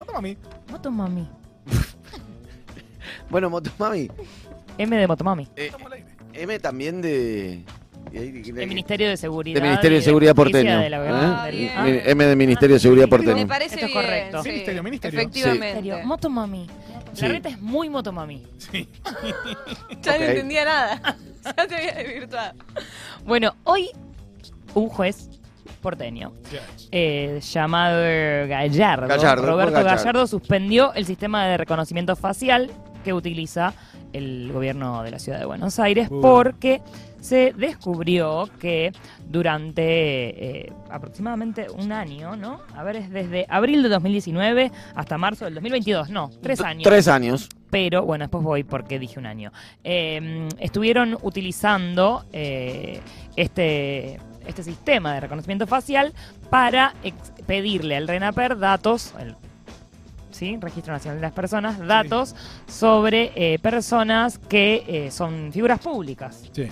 Motomami. Motomami. Bueno, Motomami, M de Motomami. eh, Estamos al aire. M también de... El Ministerio de Seguridad. Del Ministerio de y Seguridad Justicia porteño. de la verdad. ¿eh? del- bien. Ah, Mi- M de Ministerio de Seguridad Me porteño. parece Esto es bien, correcto. sí. Ministerio, ministerio. Efectivamente. serio, Motomami. Sí. La reta es muy Motomami. Sí. Ya Ok. no entendía nada. Ya te había desvirtuado. Bueno, hoy un juez porteño eh, llamado Gallardo, Gallardo, Roberto Gallardo. Gallardo. suspendió el sistema de reconocimiento facial que utiliza el gobierno de la ciudad de Buenos Aires Uh. porque se descubrió que durante eh, aproximadamente un año, ¿no? A ver, es desde abril de 2019 hasta marzo del 2022, no, tres años Tres años. pero bueno, después voy porque dije un año. Eh, estuvieron utilizando eh, este, este sistema de reconocimiento facial para ex- pedirle al RENAPER datos, el ¿sí? Registro Nacional de las Personas, datos sobre eh, personas que eh, son figuras públicas. Sí.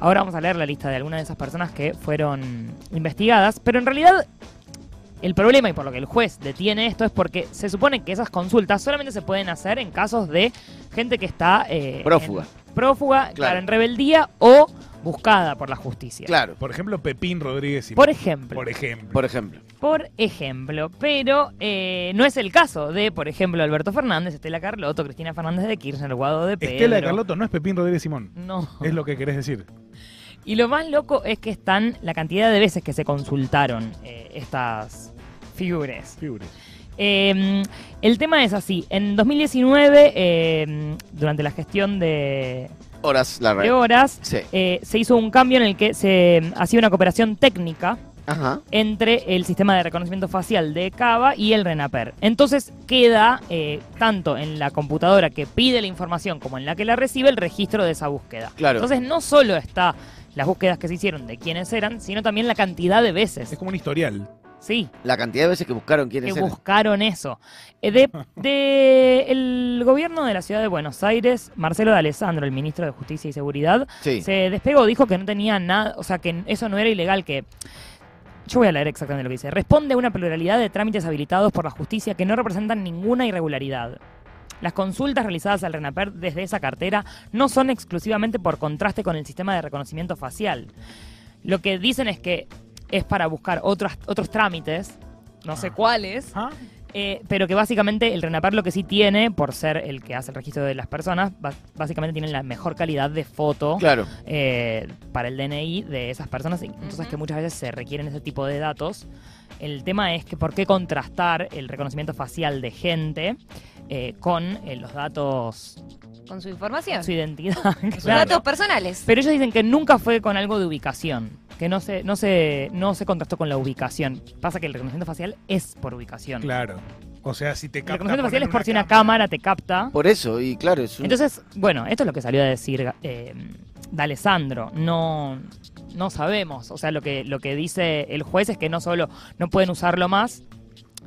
Ahora vamos a leer la lista de algunas de esas personas que fueron investigadas, pero en realidad el problema y por lo que el juez detiene esto es porque se supone que esas consultas solamente se pueden hacer en casos de gente que está eh, Prófuga. en- prófuga, claro. Claro. en rebeldía o buscada por la justicia. Claro, Por ejemplo, Pepín Rodríguez y Por ejemplo. Por ejemplo. por ejemplo. Por ejemplo, pero eh, no es el caso de, por ejemplo, Alberto Fernández, Estela Carlotto, Cristina Fernández de Kirchner, Guado de Pedro. Estela de Carlotto no es Pepín Rodríguez Simón. No. Es lo que querés decir. Y lo más loco es que están la cantidad de veces que se consultaron eh, estas figuras. Figures. Eh, el tema es así. En 2019, eh, durante la gestión de, Horas la de red. horas, Sí. eh, se hizo un cambio en el que se eh, hacía una cooperación técnica Ajá. entre el sistema de reconocimiento facial de Cava y el RENAPER. Entonces queda eh, tanto en la computadora que pide la información como en la que la recibe el registro de esa búsqueda. Claro. Entonces no solo está las búsquedas que se hicieron de quiénes eran, sino también la cantidad de Es veces. como un historial. Sí, La cantidad de veces que buscaron quién que es él. buscaron eso. Eh, De, de el gobierno de la ciudad de Buenos Aires, Marcelo de Alessandro, el ministro de Justicia y Seguridad, Sí. se despegó, dijo que no tenía nada, o sea, que eso no era ilegal, que... Yo voy a leer exactamente lo que dice. Responde a una pluralidad de trámites habilitados por la justicia que no representan ninguna irregularidad. Las consultas realizadas al RENAPER desde esa cartera no son exclusivamente por contraste con el sistema de reconocimiento facial. Lo que dicen es que es para buscar otras, otros trámites, no sé Ah. cuáles, ¿Ah? eh, pero que básicamente el RENAPER lo que sí tiene, por ser el que hace el registro de las personas, bas- básicamente tiene la mejor calidad de foto Claro. eh, para el DNI de esas personas, y entonces Ujú. que muchas veces se requieren ese tipo de datos. El tema es que por qué contrastar el reconocimiento facial de gente eh, con eh, los datos, Con su información. su identidad. Sus claro. datos personales. Pero ellos dicen que nunca fue con algo de ubicación, que no se, no se, no se contrastó con la ubicación. Pasa que el reconocimiento facial es por ubicación. Claro. O sea, si te El capta reconocimiento facial poner es por si una cámara te capta. Por eso, y claro, es un... Entonces, bueno, esto es lo que salió a decir eh, D'Alessandro. No, no sabemos. O sea, lo que, lo que dice el juez es que no solo no pueden usarlo más,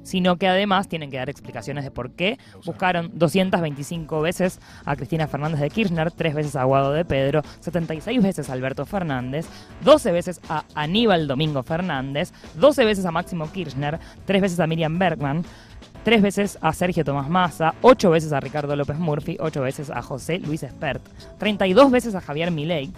sino que además tienen que dar explicaciones de por qué. Buscaron 225 veces a Cristina Fernández de Kirchner, tres veces a Guado de Pedro, 76 veces a Alberto Fernández, 12 veces a Aníbal Domingo Fernández, 12 veces a Máximo Kirchner, tres veces a Miriam Bergman, tres veces a Sergio Tomás Massa, ocho veces a Ricardo López Murphy, ocho veces a José Luis Espert, 32 veces a Javier Milei,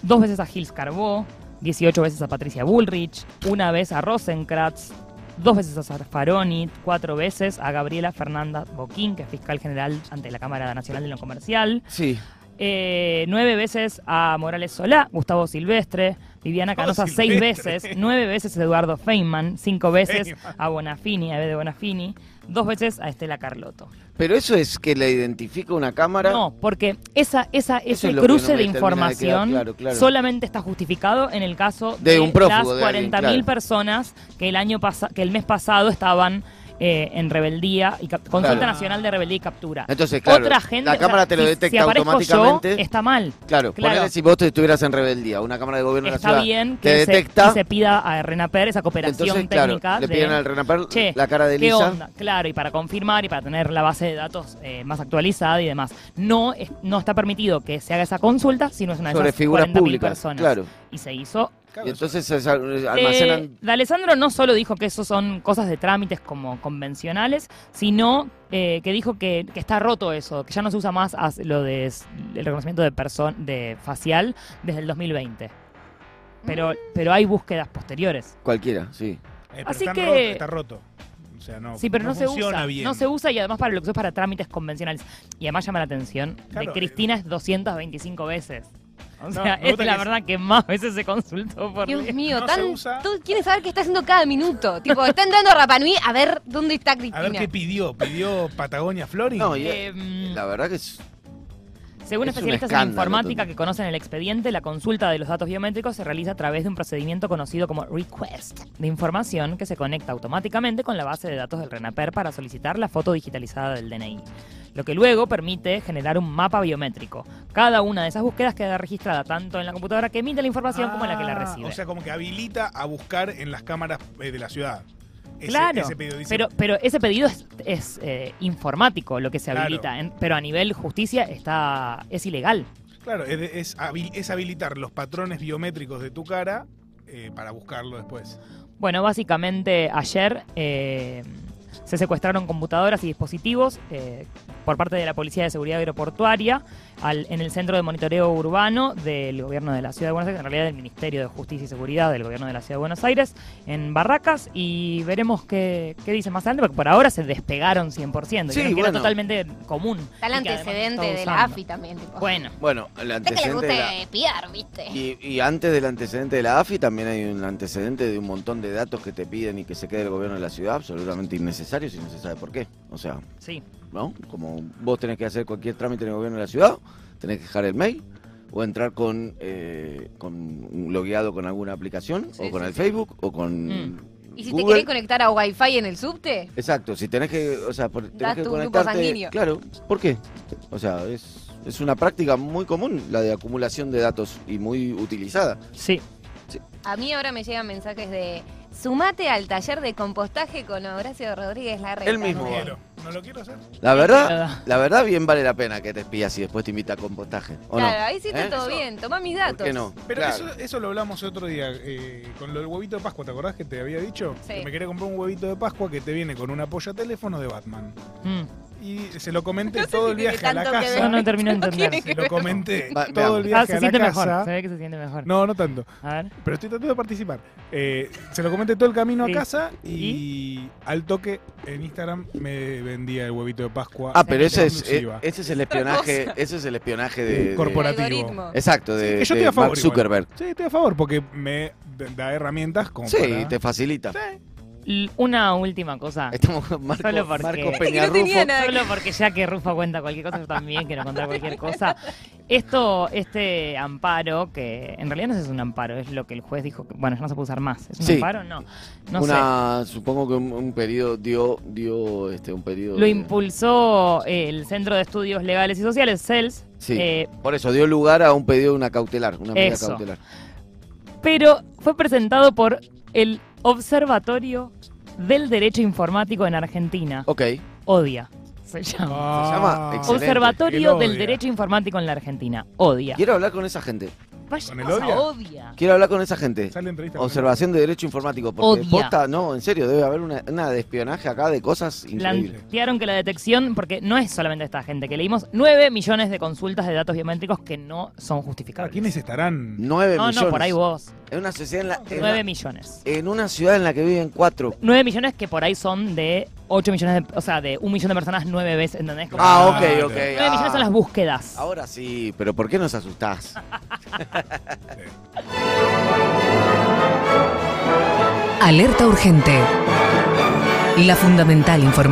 dos veces a Gils Carbó, 18 veces a Patricia Bullrich, una vez a Rosenkratz, dos veces a Zaffaroni, cuatro veces a Gabriela Fernanda Boquín, que es fiscal general ante la Cámara Nacional de lo Comercial, Sí. eh, nueve veces a Morales Solá, Gustavo Silvestre, Viviana Gustavo Canosa seis Silvestre. veces, nueve veces a Eduardo Feynman, cinco veces Feynman. a Bonafini, a Bede Bonafini, dos veces a Estela Carlotto. Pero eso es que le identifica una cámara. No, porque esa, esa, Eso ese es lo que no cruce de me termina de información quedar claro, claro. solamente está justificado en el caso De de, un prófugo, las de alguien, 40.000 claro. personas que el año pasa- que el mes pasado estaban eh, en rebeldía y cap- consulta Claro. nacional de rebeldía y captura. Entonces, claro, Otra gente, la o sea, cámara te lo si- detecta si aparezco yo, automáticamente. está mal. Claro, Claro. ponele si vos te estuvieras en rebeldía, una cámara de gobierno de la Está ciudad bien te que se, detecta, que se pida a Renaper esa cooperación entonces claro, técnica le de- piden al Renaper Che, la cara de ¿Qué Lisa. onda? Claro, y para confirmar y para tener la base de datos eh, más actualizada y demás. No, es- no está permitido que se haga esa consulta si no es una de sobre esas figuras 40.000 públicas. personas. Claro, Y se hizo Claro, y eso- entonces es- almacenan. Eh, D'Alessandro no solo dijo que eso son cosas de trámites como convencionales, sino eh, que dijo que, que está roto eso, que ya no se usa más as- lo de s- el reconocimiento de, perso- de facial desde el 2020. Mm. Pero, pero hay búsquedas posteriores. Cualquiera, Eh, sí. pero Así está que- roto, está roto. O sea, no, sí, pero no, se funciona usa. bien. No se usa y además para lo que es para trámites convencionales. Y además llama la atención Claro, eh. de Cristina es 225 veces. O No, sea, me es gusta la que- verdad que más veces se consultó por Dios día. mío, No se tan, usa. todo- quiere saber qué está haciendo cada minuto. Tipo, está entrando a Rapanui a ver dónde está A Cristina. ver qué pidió. ¿Pidió Patagonia Flori? No, y- eh, Em, La verdad que es. Según Es un especialistas en escándalo informática total. que conocen el expediente, la consulta de los datos biométricos se realiza a través de un procedimiento conocido como request de información que se conecta automáticamente con la base de datos del RENAPER para solicitar la foto digitalizada del DNI, lo que luego permite generar un mapa biométrico. Cada una de esas búsquedas queda registrada tanto en la computadora que emite la información como en la que la Ah, recibe. O sea, como que habilita a buscar en las cámaras eh, de la ciudad. Ese- Claro, ese pedido dice, pero, pero ese pedido es, es, eh, informático, lo que se Claro. habilita, en- pero a nivel justicia está es ilegal. Claro, es, de- es habi- es habilitar los patrones biométricos de tu cara eh, para buscarlo después. Bueno, básicamente ayer eh, se secuestraron computadoras y dispositivos eh, por parte de la Policía de Seguridad Aeroportuaria al- en el Centro de Monitoreo Urbano del Gobierno de la Ciudad de Buenos Aires, en realidad del Ministerio de Justicia y Seguridad del Gobierno de la Ciudad de Buenos Aires, en Barracas, y veremos qué, qué dicen más adelante, porque por ahora se despegaron 100%, dijeron Sí, que era bueno. totalmente común. Está el y que además se antecedente estaba de usando. la AFI también. Tipo. Bueno, Bueno, el Usted que le antecedente. gusta de la- espiar, ¿viste? Y, y antes del antecedente de la AFI también hay un antecedente de un montón de datos que te piden y que se quede el gobierno de la ciudad absolutamente innecesario si no se sabe por qué. O sea, sí. ¿no? Como vos tenés que hacer cualquier trámite en el gobierno de la ciudad, tenés que dejar el mail o entrar con, eh, con logueado con alguna aplicación Sí, o con sí, el sí. Facebook o con Mm. ¿Y si te Google. querés conectar a Wi-Fi en el subte? Exacto, si tenés que, o sea, por- Da tenés que tu grupo conectarte, sanguíneo. claro, ¿por qué? O sea, es, es una práctica muy común la de acumulación de datos y muy utilizada. Sí, A mí ahora me llegan mensajes de sumate al taller de compostaje con Horacio Rodríguez Larreta. Él mismo No va. quiero, no lo quiero hacer. La verdad. verdad, la verdad bien vale la pena que te espías y después te invita a compostaje, ¿o Claro, no? ahí sí está ¿Eh? todo Eso- bien. Tomá mis ¿Por datos. qué no? Pero Claro. eso, eso lo hablamos otro día eh, con lo del huevito de Pascua. ¿Te acordás que te había dicho? Sí. Que me quería comprar un huevito de Pascua que te viene con un apoya teléfono de Batman. Mm. Y se lo comenté No sé todo si el tiene viaje a la tanto que casa. no, no termino de entender. tiene Se lo comenté Va- todo el veamos. viaje Ah, se a la siente mejor, casa. se ve que se siente mejor. No, no tanto. A ver. Pero estoy tratando de participar. Eh, se lo comenté todo el camino a Sí. casa y, al toque en Instagram me vendía el huevito de Pascua. Ah, pero ese es, Exclusiva. eh, ese es el espionaje, ese es el espionaje de, de- Corporal. Corporativo. Algoritmo. exacto, Sí, de, que yo de estoy a favor Mark igual. Zuckerberg. Sí, estoy a favor porque me da herramientas como Sí, para- te facilita. L- Una última cosa. Estamos con Marco, Solo porque- Marco Es que no Peñarrufo. tenía nada que- Solo porque ya que Rufa cuenta cualquier cosa, yo también quiero contar cualquier cosa. Esto, este amparo, que en realidad no es un amparo, es lo que el juez dijo, que, bueno, ya no se puede usar más. ¿Es un Sí. amparo? No. No sé. una, supongo que un, un periodo dio, dio este, un periodo. Lo de- impulsó eh, el Centro de Estudios Legales y Sociales, CELS, Sí. eh, Por eso dio lugar a un pedido de una cautelar, una medida Eso. cautelar. pero fue presentado por el Observatorio del Derecho Informático en Argentina. Ok. ODIA. Se llama. Ah. Se llama excelente. Observatorio El del ODIA. Derecho Informático en la Argentina. ODIA. Quiero hablar con esa gente. ¿Con el Vayamos odia? a odia. Quiero hablar con esa gente. Sale entrevista con Observación de derecho informático. Porque Odia. posta, no, en serio, debe haber una, una de espionaje acá de cosas increíbles. Plantearon que la detección, porque no es solamente esta gente, que leímos 9 millones de consultas de datos biométricos que no son Claro, justificables. ¿Quiénes estarán? Nueve No, millones. no, por ahí vos. En una sociedad en la. en 9 una- millones. en una ciudad en la que viven cuatro. 9 millones que por ahí son de 8 millones, de, o sea, de 1 millón de personas 9 veces, ¿entendés? Como Ah, Claro. ok, ok. 9 ah. millones son las búsquedas. Ahora sí, pero ¿por qué nos asustás? Alerta urgente. La fundamental información.